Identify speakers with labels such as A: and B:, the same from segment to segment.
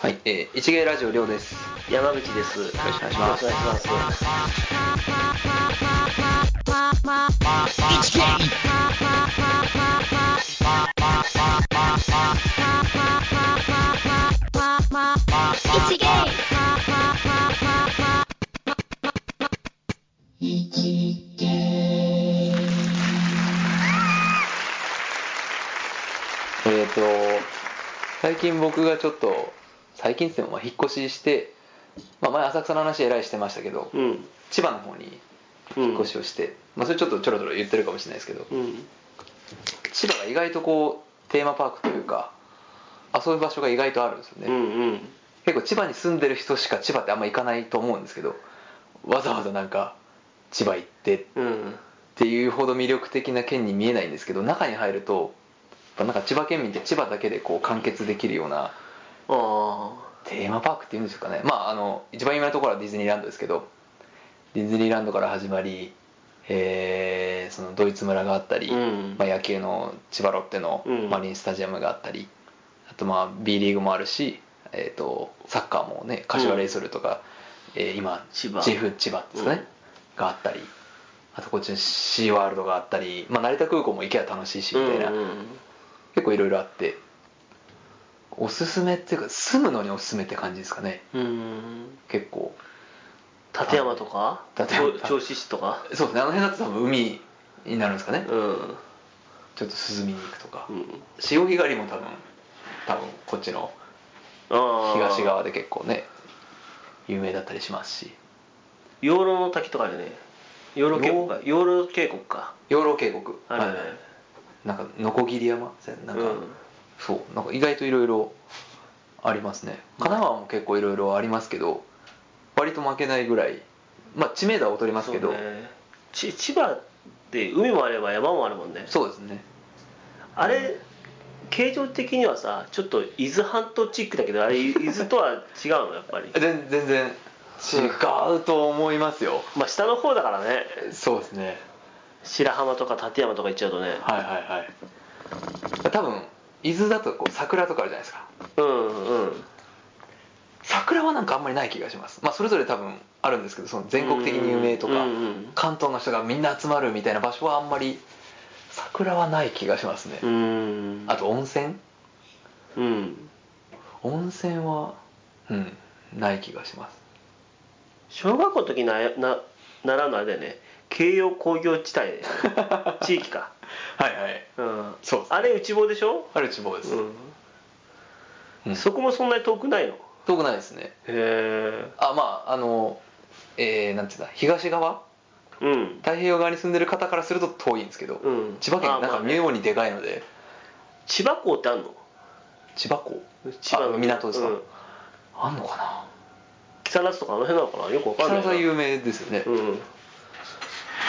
A: はい、えー、一芸ラジオりょうです。よ
B: 山口です。よろし
A: ろしくお願いし
B: くお願
A: ま
B: い
A: す
B: し。ます。
C: 一芸
A: えっ、と最近僕がちょっと最近っつってもまあ引っ越しして、まあ前浅草の話えらいしてましたけど、
B: うん。
A: 千葉の方に
B: うん
A: 引っ越しをして、まあそれちょっとちょろちょろ言ってるかもしれないですけど、
B: うん。
A: 千葉が意外とこうテーマパークというか遊ぶ場所が意外とあるんですよね。
B: うんうん。
A: 結構千葉に住んでる人しか千葉ってあんま行かないと思うんですけどわざわざなんか千葉行ってっ
B: うん。
A: ていうほど魅力的な県に見えないんですけど中に入るとやっぱなんか千葉県民って千葉だけでこう完結できるような
B: あ
A: テーマパークっていうんですかねまああの一番有名なところはディズニーランドですけどディズニーランドから始まり、えーそのドイツ村があったり、
B: あ。うん。
A: まあ、野球の千葉ロッテの
B: うん
A: マリンスタジアムがあったり、あとまあ B リーグもあるし、えー、とサッカーもね柏レイソルとか、えー今
B: 千葉
A: JF 千葉ですかね、があったりあとこっちのシーワールドがあったり、まあ、成田空港も行けば楽しいしみたいな、
B: うんうん
A: 結構いろいろあっておすすめっていうか住むのにおすすめって感じですかね
B: うん。うん。
A: 結構
B: 立山とか
A: 立山
B: 調調子市とか
A: そうですねあの辺だと多分海になるんですかね、
B: うん。
A: ちょっと涼みに行くとか、
B: うん。
A: 潮干狩りも多分多分こっちの
B: ああ。
A: 東。側で結構ね有名だったりしますし
B: 養老の滝とかあるよね。養老渓谷か。養老渓谷か。
A: 養老渓谷
B: あるよね。
A: なんか鋸山なんか、
B: うん
A: そうなんか意外といろいろありますね神奈川も結構いろいろありますけど割と負けないぐらいまあ知名度は劣りますけど
B: そうねち千葉って海もあれば山もあるもんね。
A: そうですね
B: あれ形状的にはさちょっと伊豆半島チックだけどあれ伊豆とは違うのやっぱり
A: 全全然違うと思いますよ
B: まあ下の方だからね
A: そうですね
B: 白浜とか立山とか行っちゃうとね
A: はいはいはい多分伊豆だとこう桜とかあるじゃないですか
B: うんうん
A: 桜はなんかあんまりない気がしますまあそれぞれ多分あるんですけどその全国的に有名とか
B: うんうん
A: 関東の人がみんな集まるみたいな場所はあんまり桜はない気がしますね
B: うん
A: あと温泉
B: うん
A: 温泉はうんない気がします
B: 小学校の時になな習うのあれだよね慶養工業地 帯地域か
A: はいはい
B: うん
A: そうです
B: あれ内房でしょ
A: ある地方です、
B: う
A: うん
B: んそこもそんなに遠くないのへ
A: 遠くないですね
B: え
A: あまああのえー、なんていうんだ東側
B: うん
A: 太平洋側に住んでる方からすると遠いんですけど、
B: うん
A: 千葉
B: あ
A: 県
B: ー
A: なん
B: ま
A: か
B: あね
A: 妙にでかいので、
B: 千葉港ってあんの
A: 千葉港
B: 千葉の
A: あ港ですか、
B: うん
A: あんのかな
B: 木更津とかあの辺なのかなよくわ
A: 木
B: かんない
A: 更
B: な
A: 津は有名ですよね、
B: うん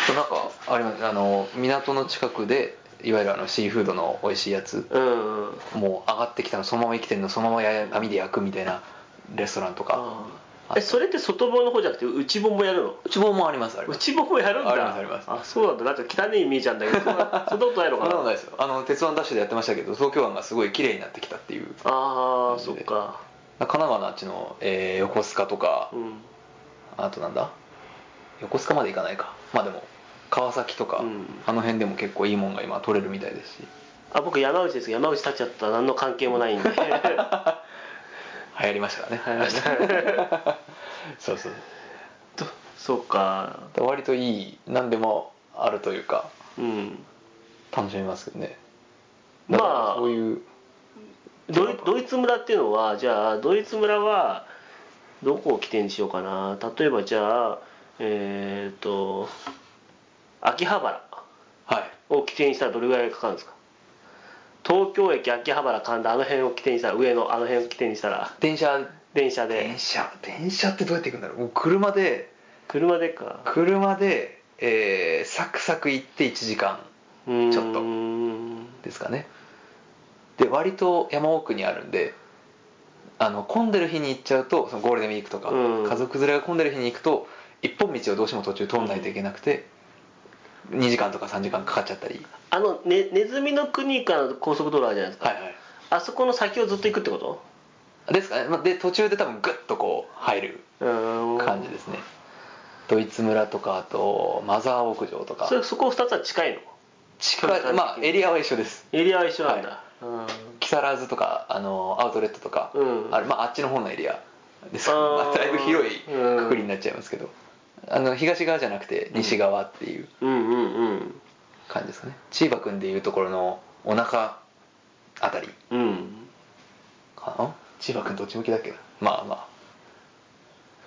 A: そうなんかありますあの港の近くでいわゆるあのシーフードの美味しいやつ
B: うんうん
A: もう上がってきたのそのまま生きてるのそのままや網で焼くみたいなレストランとか
B: ああえそれって外房の方じゃなくて内房もやるの
A: うちももありますあります
B: 内房もやるんだ
A: ありますあります
B: あそうなんだなんか汚いイメージなんだけ どそんなそんなことないの
A: そ
B: か
A: んなことな
B: ない
A: ですよあの鉄腕ダッシュでやってましたけど東京湾がすごい綺麗になってきたっていう
B: ああそ
A: 感
B: っ
A: じで
B: か
A: 神奈川のあっちの、えー横須賀とか
B: うん
A: あとなんだ横須賀まで行かないかまあでも川崎とか、
B: うん
A: あの辺でも結構いいもんが今取れるみたいですし
B: あ僕山口ですけど山口立っちゃったら何の関係も ないんで
A: 流行りましたからね
B: 行りました
A: そうそう
B: とそうか
A: 割といい何でもあるというか
B: うん
A: 楽しめますけどね
B: まあ
A: だからそういう
B: ドイドイツ村っていうのはじゃあドイツ村はどこを起点にしようかな例えばじゃあえっ、と秋葉原
A: はい
B: を起点にしたらどれぐらいかかるんですか東京駅秋葉原神田あの辺を起点にしたら上のあの辺を起点にしたら
A: 電車
B: 電車で
A: 電車電車ってどうやって行くんだろうもう車で
B: 車でか
A: 車で、えーサクサク行って1時間
B: うーん
A: ちょっとですかねで割と山奥にあるんであの混んでる日に行っちゃうとそのゴールデンウィークとか、
B: うん
A: 家族連れが混んでる日に行くと一本道をどうしても途中通んないといけなくて、2時間とか3時間かかっちゃったり
B: あの、ね、ネズミの国からの高速道路あるじゃないですか、
A: はいはい
B: あそこの先をずっと行くってこと
A: ですかねまあで途中で多分グッとこう入る感
B: 感
A: じですねドイツ村とかあとマザー牧場とか
B: それそこ2つは近いの
A: 近いまあエリアは一緒です
B: エリアは一緒なんだ、
A: 木更津とかあのアウトレットとか、
B: うん
A: あれまあ、あっちの方のエリアですけ
B: あ
A: ど、
B: ー
A: まあだいぶ広い
B: うん
A: くくりになっちゃいますけど、あの東側じゃなくて西側っていう
B: うん、うんうん
A: 感じですかねチーバくんでいうところのお腹あたり
B: うんうん
A: かなチーバくんどっち向きだっけなまあま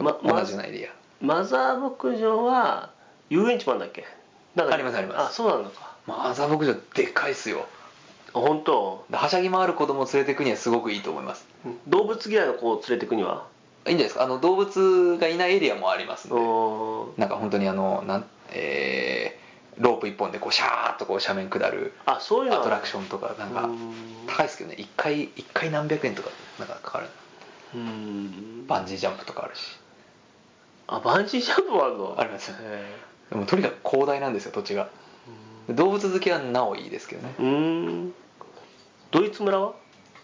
A: あ、
B: まま
A: 同じようなエリア
B: マザー牧場は遊園地もあるんだっけなんか
A: ありますあります
B: あそうなのか
A: まあ麻牧場でっかいっすよ
B: あ本当
A: ではしゃぎ回る子供を連れてくにはすごくいいと思います
B: 動物嫌いの子を連れてくにはい
A: いんじゃないですかあの動物がいないエリアもありますんで
B: おー
A: なんか本当にあのなん、えーロープ一本でこうシャーッとこう斜面下る
B: あそういうの
A: アトラクシ
B: ョ
A: ョンとかなんか
B: うん
A: 高いですけどね1回一回何百円とかなんかかかる
B: うん
A: バンジージャンプとかあるし
B: あバンジージャンプもあるの
A: あります
B: へ
A: でもとにかく広大なんですよ土地が動物好きはなおいいですけどね
B: ーうんドイツ村は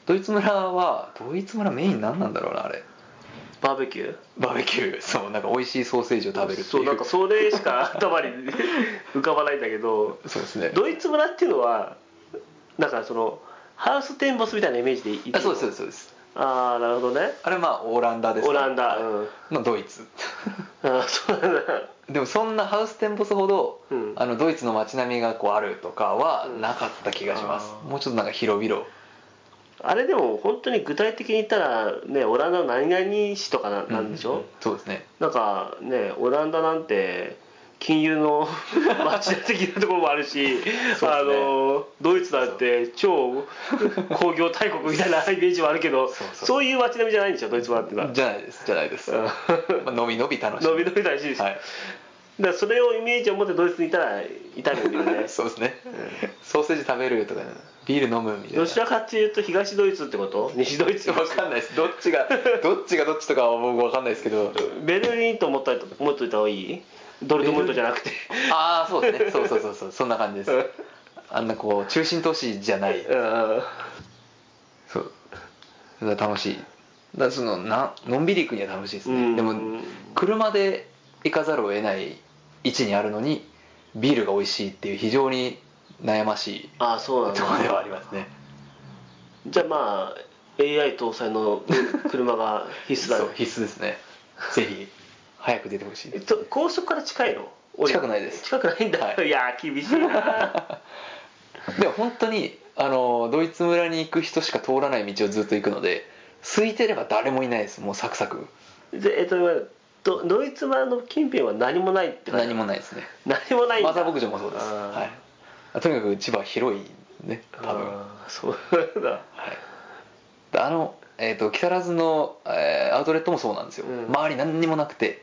A: ドイツ村はドイツ村メイン何なんだろうなあれ
B: バーベキュー
A: バーベキューそうなんか美味しいソーセージを食べるっていう
B: そうなんかそれしか 頭に浮かばないんだけど
A: そうですね
B: ドイツ村っていうのはなんかそのハウステンボスみたいなイメージでいい
A: あそうですそうですそうです
B: ああなるほどね
A: あれまあオランダです
B: オ
A: ね
B: ランダうん
A: のドイツ
B: あーそうなんだ
A: でもそんなハウステンボスほど、
B: うん
A: あのドイツの街並みがこうあるとかは
B: うん
A: なかった気がします、
B: あー
A: もうちょっとなんか広々
B: あれでも本当に具体的に言ったらねオランダの何々市とかななんでしょ、
A: ううそうですね
B: なんかねオランダなんて金融 の街的なところもあるし、
A: そう
B: あ
A: ですね
B: のドイツだって超工業大国みたいなイメージもあるけど
A: そうそう
B: いう街並みじゃないんでしょドイツ村ってのは
A: じゃないですじゃないです、まあ、のびのび楽しい
B: 伸び伸びだし、
A: はい
B: だからそれをイメージを持ってドイツにいたら痛い目を見る ね
A: そうですね、ソーセージ食べるとか、ビール飲むみたいな
B: どちらかっていうと東ドイツってこと西ドイツ
A: 分かんないですどっちがどっちがどっちとかは僕分かんないですけど
B: ベルリンと思ったり思っといた方がいいドルトムントじゃなくて
A: ああそうですねそうそうそうそうそんな感じですあんなこう中心都市じゃない
B: うん
A: そうだから楽しいだからそのなのんびり行くには楽しいですね、
B: うん
A: でも車で行かざるを得ない位置にあるのにビールが美味しいっていう非常に悩ましい
B: ああそうなん
A: ところで
B: だ
A: はありますね
B: じゃあまあ AI 搭載 の車が必須だ
A: そう
B: ね
A: 必須です ねぜひ早く出てほしい
B: えっと高速から近いの降り
A: 近くないです
B: 近くないんだ、、
A: はいい
B: やー厳しいな
A: でも本当にあのドイツ村に行く人しか通らない道をずっと行くので空いてれば誰もいないですもうサクサク
B: でえっと今ドドイツ村の近辺は何もないって感じ
A: 何もないですね
B: 何もないんだ
A: マザー牧場もそうです、
B: あー
A: はい、とにかく千葉は広いね多分は
B: あーそうだ
A: いあの、えー、と木更津の、えーアウトレットもそうなんですよ、
B: うん
A: 周り何にもなくて、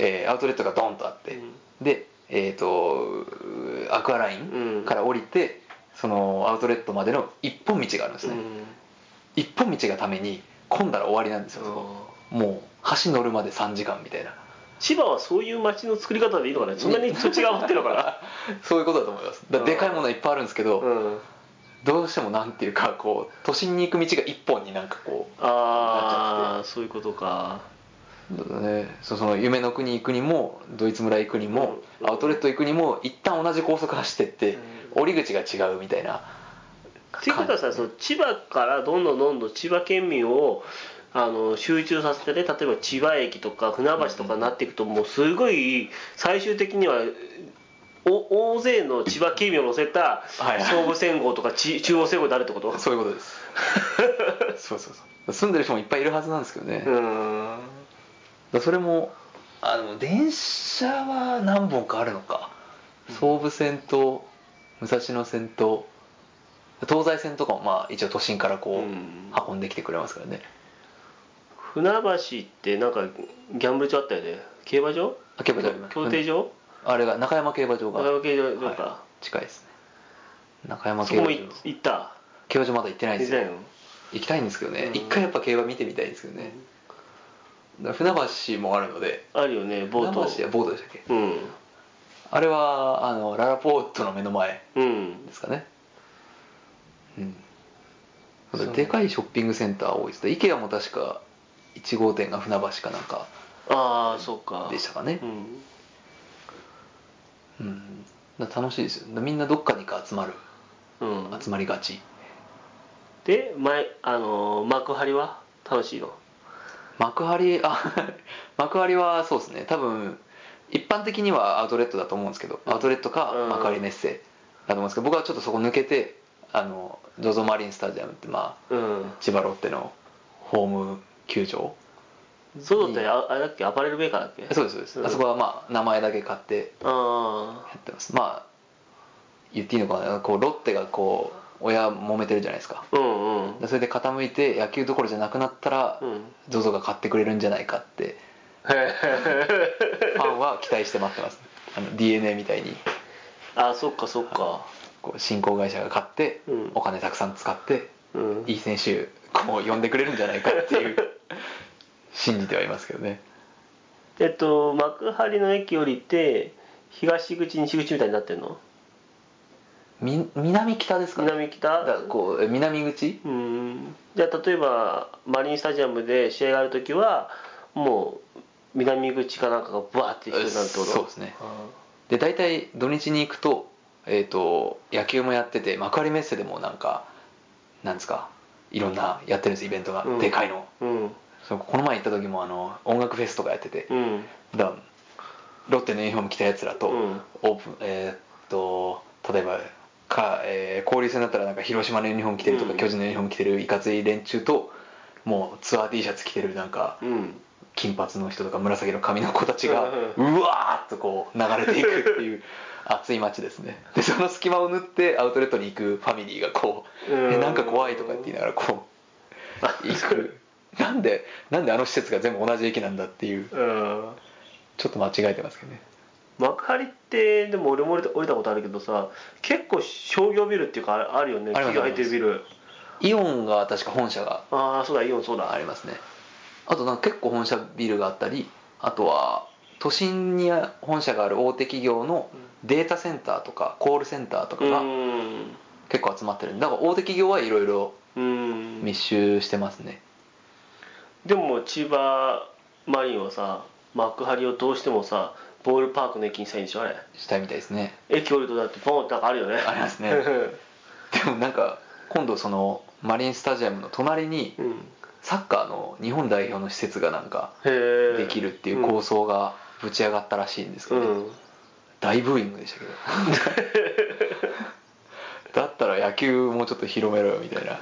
A: えーアウトレットがドンとあって、
B: うん
A: でえっ、とうアクアライ
B: うん
A: ンから降りて、そのアウトレットまでの一本道があるんですね、一本道がために混んだら終わりなんですよそこもう橋乗るまで3時間みたいな
B: 千葉はそういう街の作り方でいいのかなそんなに土地が余ってるのか
A: そういうことだと思いますだからでかいものはいっぱいあるんですけど、
B: な、うん、
A: どうしてもなんていうかこう都心に行く道が一本になんかこ
B: ああそういうことか
A: う、ね、そその夢の国行くにもドイツ村行くにも
B: うん
A: アウトレット行くにも一旦同じ高速走ってって
B: うん
A: 降り口が違うみたいな
B: っていうことはさその千葉からどんどんどんどん千葉県民をあの集中させてね例えば千葉駅とか船橋とかになっていくともうすごい最終的にはお大勢の千葉県民を乗せた
A: はい
B: 総武線号とかち中央線号になるってこと
A: そういうことです そうそうそう住んでる人もいっぱいいるはずなんですけどね、
B: うーん
A: だそれもあの電車は何本かあるのか総武線と武蔵野線と東西線とかもまあ一応都心からこう
B: うん
A: 運んできてくれますからね、
B: 船橋ってなんかギャンブル場あったよね競馬場
A: あ競馬場あります
B: 競艇場
A: あれが中山競馬場が
B: 中山競馬場か、
A: はい近いですね中山
B: そ
A: 競
B: こ
A: 馬
B: も
A: 場
B: い行った
A: 競馬場まだ行ってないん
B: 行
A: で
B: っ
A: す
B: た
A: よ
B: よ
A: 行きたいんですけどね、
B: うん
A: 一回やっぱ競馬見てみたいんですけどね、だから船橋もあるので
B: あるよねボ
A: 船
B: ー
A: 橋は
B: ト
A: ボートでしたっけ
B: うん
A: あれはあのララポートの目の前
B: うん
A: ですかねうんなんかでかいショッピングセンター多いですね IKEA も確か1号店が船橋かなんか
B: ああそうか
A: でしたかね
B: うん
A: うんだから楽しいですよみんなどっかにか集まる
B: うん、
A: 集まりがち
B: で前あのー幕張は楽しいの
A: 幕張あ 幕張はそうですね多分一般的にはアウトレットだと思うんですけど、
B: うん
A: アウトレットか
B: うん
A: 幕張メッセだと思うんですけど僕はちょっとそこ抜けてあの ZOZO マリンスタジアムってまあ
B: うん
A: 千葉ロッテのホーム球場
B: ゾゾってああれだっけアパレルメーカーだっけ
A: そうですそうです、
B: うん
A: あそこはまあ名前だけ買って
B: あ
A: やってますまあ言っていいのかなこうロッテがこう親揉めてるじゃないですか
B: あうんうん
A: でそれで傾いて野球どころじゃなくなったら
B: うん
A: ZOZO が買ってくれるんじゃないかってファンは期待して待ってますあの DNA みたいに
B: あそっかそっか
A: こう新興会社が買って、
B: うん
A: お金たくさん使って
B: うん
A: いい選手こう呼んでくれるんじゃないかって いう信じてはいますけどね
B: えっと幕張の駅降りて東口西口みたいになってんの
A: み南北ですかね
B: 南北
A: だからこう南口
B: うんじゃあ例えばマリンスタジアムで試合がある時はもう南口かなんかがバーって人になるってこと
A: そうですね
B: あ
A: で大体土日に行くと,、えー、と野球もやってて幕張メッセでもなんかなんですかいろんなやってるんですイベントが、
B: うん
A: でかいの
B: ーうん
A: そうこの前行った時もあの音楽フェスとかやってて、
B: うん
A: だからロッテのユニフォーム着たやつらと、
B: うん
A: オープンえーっと例えばか、えー交流戦だったらなんか広島のユニフォーム着てるとか、
B: うん
A: 巨人のユニフォーム着てるいかつい連中ともうツアー T シャツ着てるなんか
B: うん
A: 金髪の人とか紫の髪の子たちが
B: う
A: うわーっとこう流れていくっていう熱い街ですねでその隙間を縫ってアウトレットに行くファミリーがこう
B: うん
A: え「なんか怖い」とか言って言いながらこう行く なんでなんであの施設が全部同じ駅なんだっていう
B: うん
A: ちょっと間違えてますけどね
B: 幕張ってでも俺も降りた降りたことあるけどさ結構商業ビルっていうかあるあるよね
A: あります
B: 木が入ってるビル
A: イオンが確か本社が
B: ああそうだイオンそうだ
A: ありますねあとなんか結構本社ビルがあったりあとは都心に本社がある大手企業のデータセンターとかコールセンターとか
B: う
A: が
B: ん
A: 結構集まってるんでだから大手企業はいろいろ
B: うん
A: 密集してますね
B: でも千葉マリンはさ幕張をどうしてもさボールパークの駅にしたいんでしょあれ
A: したいみたいですね
B: 駅降りるとだってポンってなんかあるよね
A: あります ねでもなんか今度そのマリンスタジアムの隣に
B: うん、
A: サッカーの日本代表の施設がなんか
B: へえ
A: できるっていう構想がぶち上がったらしいんですけ
B: う
A: ど、
B: ん、うん
A: 大ブーイングでしたけ どだったら野球もうちょっと広めろよみたいな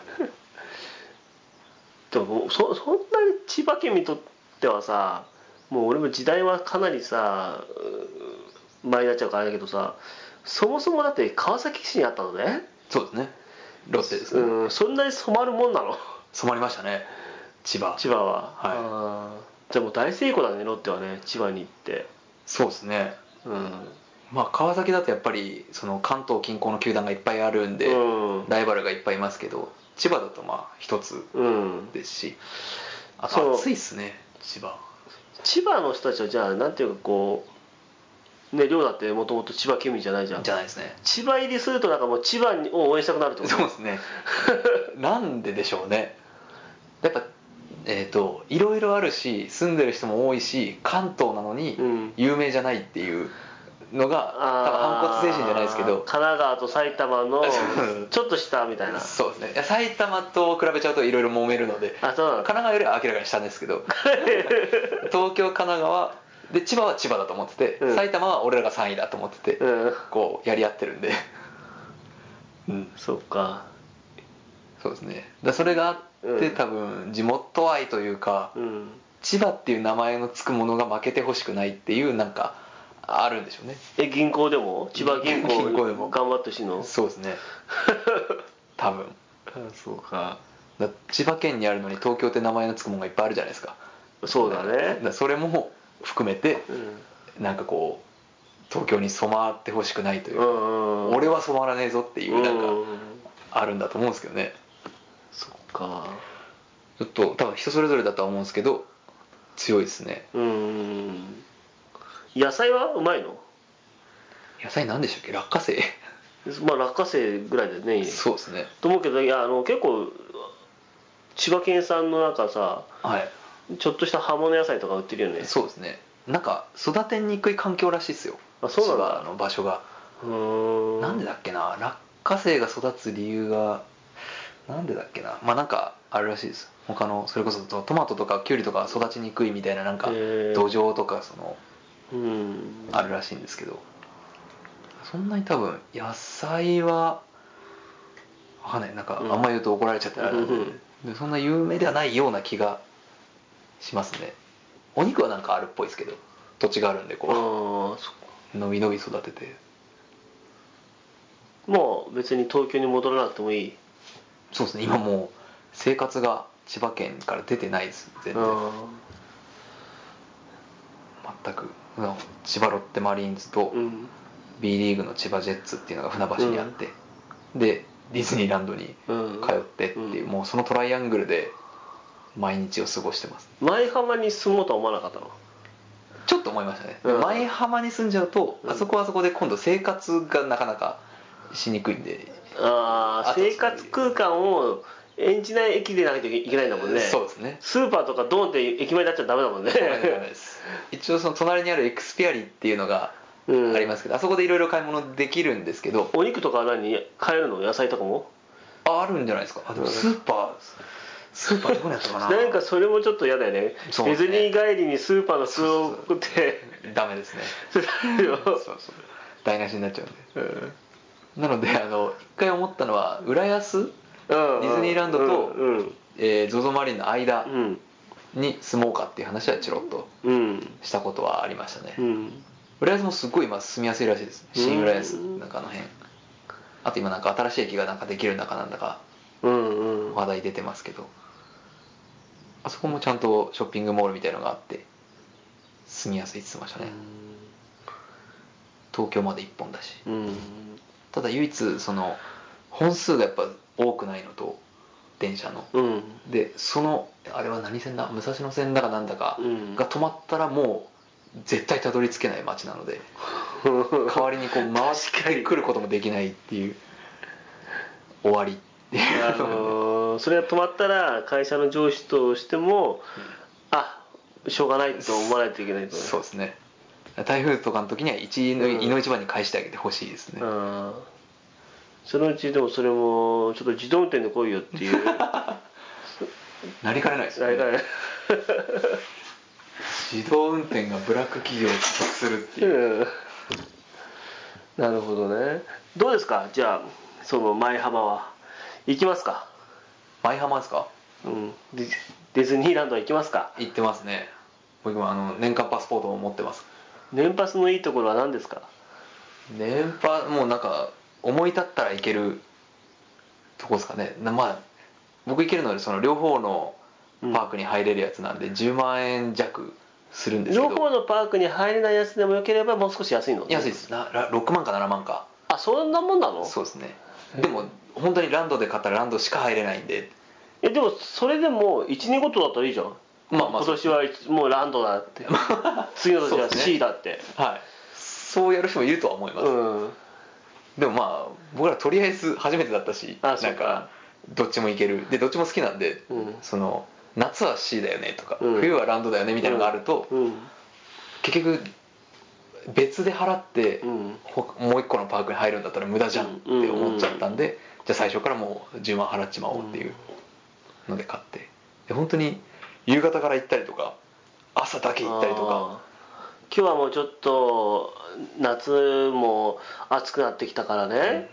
B: でもそそんなに千葉県にとってはさもう俺も時代はかなりさうー前になっちゃうからあれだけどさそもそもだって川崎市にあったのね
A: そうですねロッテですね、
B: うんそんなに染まるもんなの
A: 染まりましたね千葉
B: 千葉は
A: はい
B: いじゃあもう大成功だねロッテはね千葉に行って
A: そうですね
B: うん
A: まあ川崎だとやっぱりその関東近郊の球団がいっぱいあるんで、
B: うん
A: ライバルがいっぱいいますけど千葉だとまあ一つ
B: うん
A: ですしあ
B: そう
A: と暑いっすね千葉
B: 千葉の人たちはじゃあなんていうかこうね亮だってもともと千葉県民じゃないじゃん
A: じゃないですね
B: 千葉入りするとなんかもう千葉を応援したくなるってこと
A: そうですねなんででしょうねやっぱえっ、といろいろあるし住んでる人も多いし関東なのに
B: うん
A: 有名じゃないっていうのが、多分反骨精神じゃないですけ
B: 神
A: ど
B: 奈川と埼玉の
A: そう
B: ちょっと下みたいなあ
A: そうですねいや埼玉と比べちゃうといろいろ揉めるので
B: そうな
A: 神
B: のか
A: 奈川よりは明らかにしたんですけ ど東京神奈川で千葉は千葉だと思ってて、
B: うん
A: 埼玉は俺らが3位だと思ってて、
B: うん
A: こうやり合ってるんでうん
B: そっか
A: そうですねだそれがあって、
B: うん
A: 多分地元愛というか、
B: うん
A: 千葉っていう名前のつくものが負けてほしくないっていうなんかあるんでしょうね
B: え銀行でも千葉銀行
A: 銀行でも
B: 頑張ってほしいの
A: そう ですね多分
B: そうか
A: だ千葉県にあるのに東京って名前のつくものがいっぱいあるじゃないですか
B: そうだね
A: だそれも含めて
B: うん
A: なんかこう東京に染まってほしくないという
B: う
A: か、
B: んうん
A: 俺は染まらねえぞっていうなんか
B: うん
A: あるんだと思うんですけどね
B: そっか
A: ちょっと多分人それぞれだとは思うんですけど強いですね
B: うん野菜はうまいの
A: 野菜何でしたっけ落花生
B: まあ落花生ぐらいだよね
A: そうですね
B: と思うけどいやあの結構千葉県産のなんかさ
A: はい
B: ちょっとした葉物野菜とか売ってるよね
A: そうですねなんか育てにくい環境らしいですよ
B: あそうなんだ
A: 千葉の場所が、
B: うーん
A: なんでだっけな落花生が育つ理由がなんでだっけなまあなんかあるらしいです他のそれこそトトマトとかキュウリとか育ちにくいみたいななんか
B: へー
A: 土壌とかその
B: うん
A: あるらしいんですけどそんなに多分野菜はわかんないなんかあ
B: うん
A: んま言うと怒られちゃったらあれなんで,、
B: うん
A: でそんな有名ではないような気がしますねお肉はなんかあるっぽいですけど土地があるんで
B: ああ
A: こ
B: そっか
A: うのびのび育てて
B: もう別に東京に戻らなくてもいい
A: そうですね今もう生活が千葉県から出てないです全然
B: あ
A: 全くうん千葉ロッテマリーンズと
B: ーうん
A: B リーグの千葉ジェッツっていうのが船橋にあって、でディズニーランドに
B: うん
A: 通ってっていう、
B: うん
A: もうそのトライアングルで毎日を過ごしてます
B: 舞浜に住もうとは思わなかったの
A: ちょっと思いましたね、
B: うん
A: 前浜に住んじゃうと、
B: うん
A: あそこはあそこで今度生活がなかなかしにくいんで、
B: ああ
A: あと
B: 生活空間を演じない駅でなきゃいけないんだもんね
A: そうです ね
B: スーパーとかドーンって駅前になっちゃダメだもんね
A: ダメです一応その隣にあるエクスピアリっていうのが
B: うん
A: ありますけど、あそこでいろいろ買い物できるんですけど
B: お肉とかは何買えるの野菜とかも
A: ああるんじゃないですかあでもスーパースーパーどこにあったかな
B: なんかそれもちょっと嫌だよね
A: そう
B: デ
A: ね
B: ィズニー帰りにスーパーの巣を食って
A: ダメですね
B: それだよ
A: そうそう台無しになっちゃうんでなのであの一回思ったのは浦安、
B: うん
A: ディズニーランドと
B: うん
A: えー、ZOZO マリンの間
B: うん
A: に住もうかっていう話はチロッと
B: うん
A: したことはありましたね、
B: うん
A: 浦安もすごい今住みやすいらしいです新浦安
B: うん
A: なんかあの辺あと今なんか新しい駅がなんかできるんだかなんだか
B: うんうん
A: 話題出てますけどあそこもちゃんとショッピングモールみたいのがあって住みやすいって言ってましたね、東京まで1本だし
B: うん
A: ただ唯一その本数がやっぱ多くないのと電車の
B: うん
A: でそのあれは何線だ武蔵野線だかなんだか
B: うん
A: が止まったらもう絶対たどり着けない街なの で代わりにこう回してくることもできないっていう終わりっていう
B: あのーそれが止まったら会社の上司としても、あしょうがないと思わないといけないと
A: そう
B: う
A: ですね台風とかの時には一の
B: うん
A: 井の一番に返してあげてほしいですね、
B: んそのうちでもそれもちょっと自動運転で来い よっていう
A: なりかねないです
B: あ
A: よね
B: れだね
A: 自動運転がブラック企業を企画するっていう
B: うんなるほどねどうですかじゃあその舞浜は行きますか、
A: 舞浜ですか
B: うん、ディズディズニーランドは行きますか
A: 行ってますね僕もあの年間パスポートを持ってます
B: 年パスのいいところは何ですか
A: 年パもうなんか思い立ったらいけるとこですかねなまあ僕行けるのでその両方のパークに入れるやつなんで10万円弱するんですけ
B: 両
A: ど、
B: 方のパークに入れないやつでもよければもう少し安いの
A: 安いですなら6万か7万か
B: あそんなもんなの
A: そうですねでも本当にランドで買ったらランドしか入れないんで
B: えでもそれでも1年ごとだったらいいじゃん
A: まあまあ
B: 今年はもうランド だって次の年
A: そう
B: は
A: ですね
B: C だって
A: はいそうやる人もいるとは思います、
B: うん
A: でもまあ僕らとりあえず初めてだったし
B: あそ
A: な
B: うんか
A: かどっちも行けるでどっちも好きなんで、
B: うん
A: その夏は C だよねとか、
B: うん
A: 冬はランドだよねみたいなのがあると、
B: うん
A: 結局別で払って、
B: うん
A: ほもう一個のパークに入るんだったら無駄じゃんって思っちゃったんで、じゃあ最初からもう10万払っちまおうっていうので買ってで本当に夕方から行ったりとか朝だけ行ったりとか
B: あー今日はもうちょっと夏も暑くなってきたからね、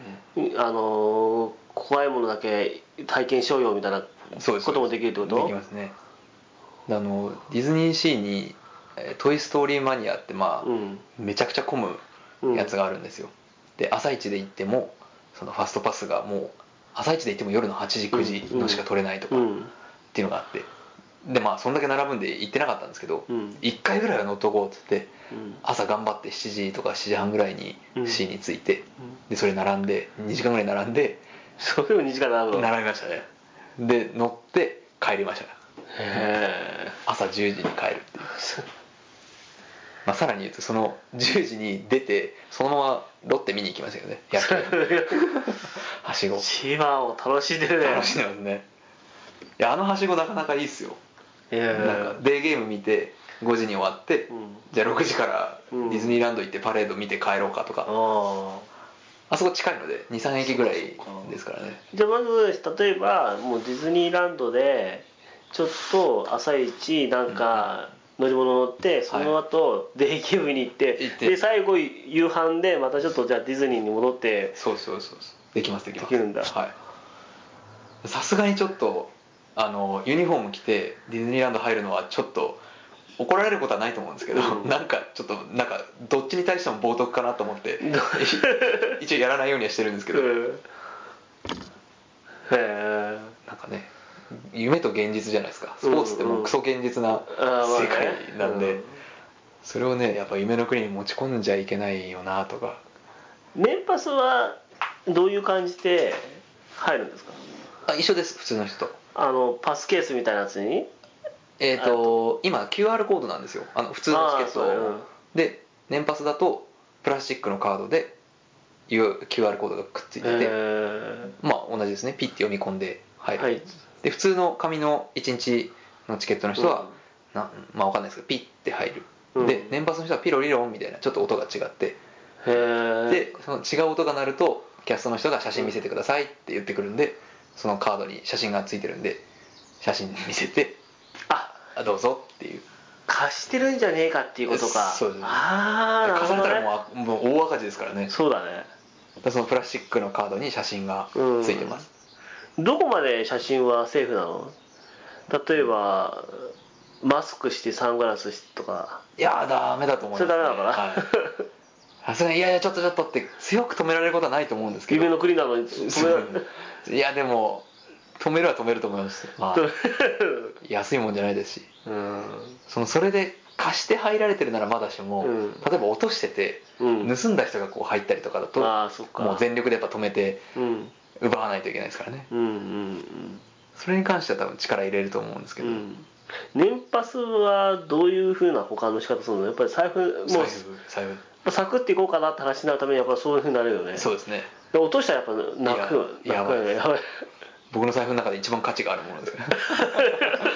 B: あのー怖いものだけ体験しようよみたいな
A: そうです
B: こともできるってこと
A: できますねであのディズニーシーに「えートイ・ストーリー・マニア」ってまあ、
B: うん
A: めちゃくちゃ混むやつがあるんですよ、で朝一で行ってもそのファストパスがもう朝一で行っても夜の8時9時のしか取れないとか
B: う
A: っ
B: ん
A: ていうのがあってでまあそんだけ並ぶんで行ってなかったんですけど、
B: うん
A: 1回ぐらいは乗っとこうっつって
B: うん
A: 朝頑張って7時とか7時半ぐらいに
B: うん
A: C に着いて、でそれ並んで2時間ぐらい並んで
B: それでも2時間並ぶのへ
A: 並びましたねで乗って帰りました
B: え
A: 朝10時に帰るって いう、まあ、さらに言うとその10時に出てそのままロッテ見に行きましたけどね野球はしご
B: 千葉を楽しんでるね
A: 楽しんでますねやあのはしごなかなかいいっすよ
B: え
A: なんかデーゲーム見て5時に終わって、
B: うん
A: じゃあ6時からデ
B: うん
A: ィズニーランド行ってパレード見て帰ろうかとか、
B: ああ
A: あそこ近いので23駅ぐらい
B: そっか
A: ですからね
B: じゃあまず例えばもうディズニーランドでちょっと朝一なんか乗り物乗ってその後デイキューブに行って,、
A: 行って
B: で最後夕飯でまたちょっとじゃあディズニーに戻って
A: そうそうそうそうできますできます
B: できるんだ
A: はいさすがにちょっとあのユニフォーム着てディズニーランド入るのはちょっと怒られることはないと思うんですけど、
B: うん
A: なんかちょっとなんかどっちに対しても冒涜かなと思って い一応やらないようにはしてるんですけど、
B: うん へえ
A: なんかね夢と現実じゃないですかスポーツってもうクソ現実な
B: あー
A: 世
B: まあね
A: 界なんで、
B: うん
A: それをねやっぱ夢の国に持ち込んじゃいけないよなとか
B: 年パスはどういう感じで入るんですか
A: あ一緒です普通の人と
B: あのパスケースみたいなやつに
A: えっ、と今 QR コードなんですよあの普通のチケット
B: あーそうだ
A: を
B: ね
A: で年パスだとプラスチックのカードでいう QR コードがくっついてて、
B: え
A: まあ同じですねピッて読み込んで入る、
B: はい
A: で普通の紙の1日のチケットの人は、
B: うん
A: なまあわかんないですけどピッて入る、
B: うん
A: で年パスの人はピロリロンみたいなちょっと音が違って、
B: へえ
A: でその違う音が鳴るとキャストの人が写真見せてくださいって言ってくるんでそのカードに写真がついてるんで写真見せて
B: あ
A: あどうぞっていう
B: 貸してるんじゃねえかっていうことか
A: そうですね
B: ああなる
A: 貸
B: ほ
A: された
B: ど、ね、
A: らもうもう大赤字ですからね
B: そうだね
A: だからそのプラスチックのカードに写真がついてます、
B: どこまで写真はセーフなの例えばマスクしてサングラスしてとか
A: いやーダメだと思い
B: そ
A: ま
B: れ
A: すね
B: ダメなのかな、
A: はいさすがに「いやいやちょっとちょっと」って強く止められることはないと思うんですけど
B: 夢の国なのに止められ
A: いやでも止めるは止めると思います、まあ、安いもんじゃないですし
B: うん
A: そのそれで貸して入られてるならまだしも、
B: うん
A: 例えば落としてて
B: うん
A: 盗んだ人がこう入ったりとかだと、
B: ああそっか
A: もう全力でやっぱ止めて
B: うん
A: 奪わないといけないですからね
B: うんうん
A: それに関しては多分力入れると思うんですけ
B: うんう
A: ど、
B: ん年パスはどういうふうな保管の仕方するのやっぱり財布も
A: 財布財
B: うサクっていこうかなって話になるためにやっぱそういうふうになるよね
A: 布そうですね
B: で落としたらやっぱ泣く
A: いや
B: 泣くよねやばい
A: 僕の財布の中で一番価値があるものですから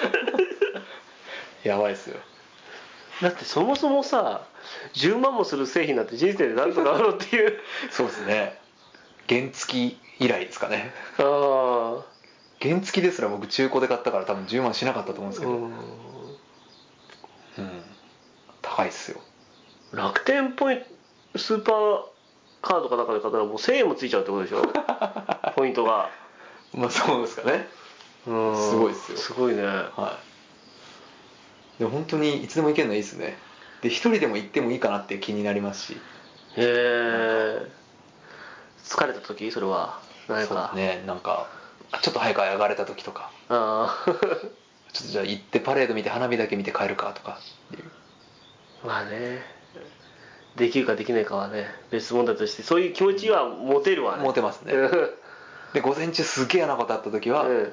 A: やばいですよ
B: だってそもそもさ10万もする製品なんて人生で何とかあろうっていう
A: そうですね原付以来ですかね
B: あ
A: 原付ですら僕中古で買ったから多分10万しなかったと思うんです
B: あ
A: けど、うん
B: うん
A: 高いっすよ
B: 楽天ポイントスーパーカードかなんかで買ったらもう1000円もついちゃうってことでしょポイントが
A: まあそうですかね
B: うん
A: すごいっすよ
B: すごいね
A: はいでも本当にいつでも行けるのいいですねで一人でも行ってもいいかなっていう気になりますし
B: へえ疲れた時それは何
A: そう
B: か
A: ですねなんかあちょっと早く上がれた時とか
B: ああ
A: ちょっとじゃあ行ってパレード見て花火だけ見て帰るかとかっていう
B: まあねできるかできないかはね別問題としてそういう気持ちは持てるわね
A: 持てますねで午前中すげえ嫌なことあった時は、
B: うん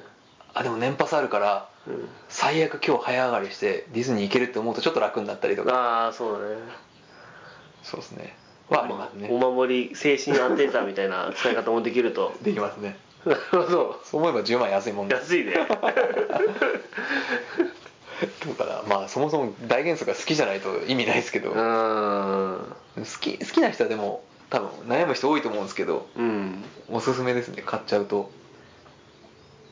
A: あでも年パスあるから
B: うん
A: 最悪今日早上がりしてディズニー行けるって思うとちょっと楽になったりとか
B: ああそうだね
A: そうですねはありますね
B: お守り精神安定剤みたいな使い方もできると
A: できますね
B: なるほど
A: そう思えば10万円安いもんだ
B: 安 いね
A: だからまあそもそも大元素が好きじゃないと意味ないですけど、
B: う
A: 好
B: ーん
A: き好きな人はでも多分悩む人多いと思うんですけど
B: うん
A: おすすめですね買っちゃうと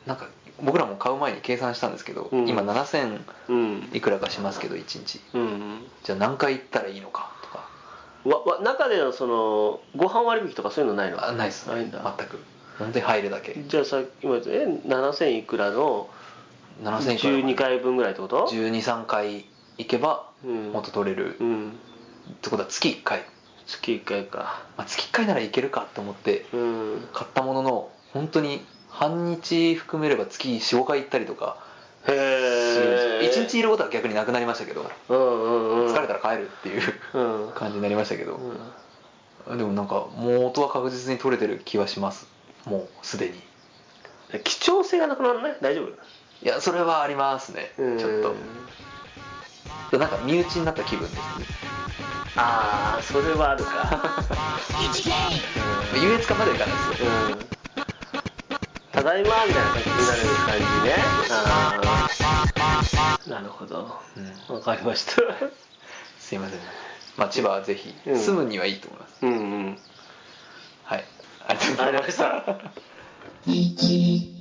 A: なんか僕らも買う前に計算したんですけど、
B: うん
A: 今7000
B: うん
A: いくらかしますけど1日
B: うん
A: じゃあ何回行ったらいいのかとか
B: わわ中でのそのご飯割引とかそういうのないの
A: あないです
B: ない
A: ね
B: んだ
A: 全く本当に入るだけ
B: じゃあさっきも言ったえ7000いくらの
A: 7000
B: 12回分ぐらいってこと
A: 123回行けば
B: うん
A: 元取れる、
B: う
A: っ
B: ん
A: てことは月1回、
B: 月1回か
A: まあ、月1回なら行けるかと思って
B: うん
A: 買ったものの本当に半日含めれば月45回行ったりとか
B: へ
A: するんですよ
B: え
A: 一日いることは逆になくなりましたけど
B: うんうんうん
A: 疲れたら帰るっていう
B: うん
A: 感じになりましたけ
B: う
A: ど
B: ん
A: でもなんか元は確実に取れてる気はしますもうすでに
B: 貴重性がなくならない大丈夫
A: いやそれはありますねち
B: うん
A: ょっとなんか身内になった気分ですね
B: ああそれはあるか
A: 優越感まではいかないですよ
B: うんただいま」みたいな感じになる感じねあーなるほど
A: うん
B: わかりました
A: すいませんまあ千葉はぜひ
B: うん
A: 住むにはいいと思います、
B: うんうん
A: はいありがとうご
B: あ
A: ざい
B: り
A: ま
B: がとうご
A: し
B: ざい
A: た
B: ました
C: 一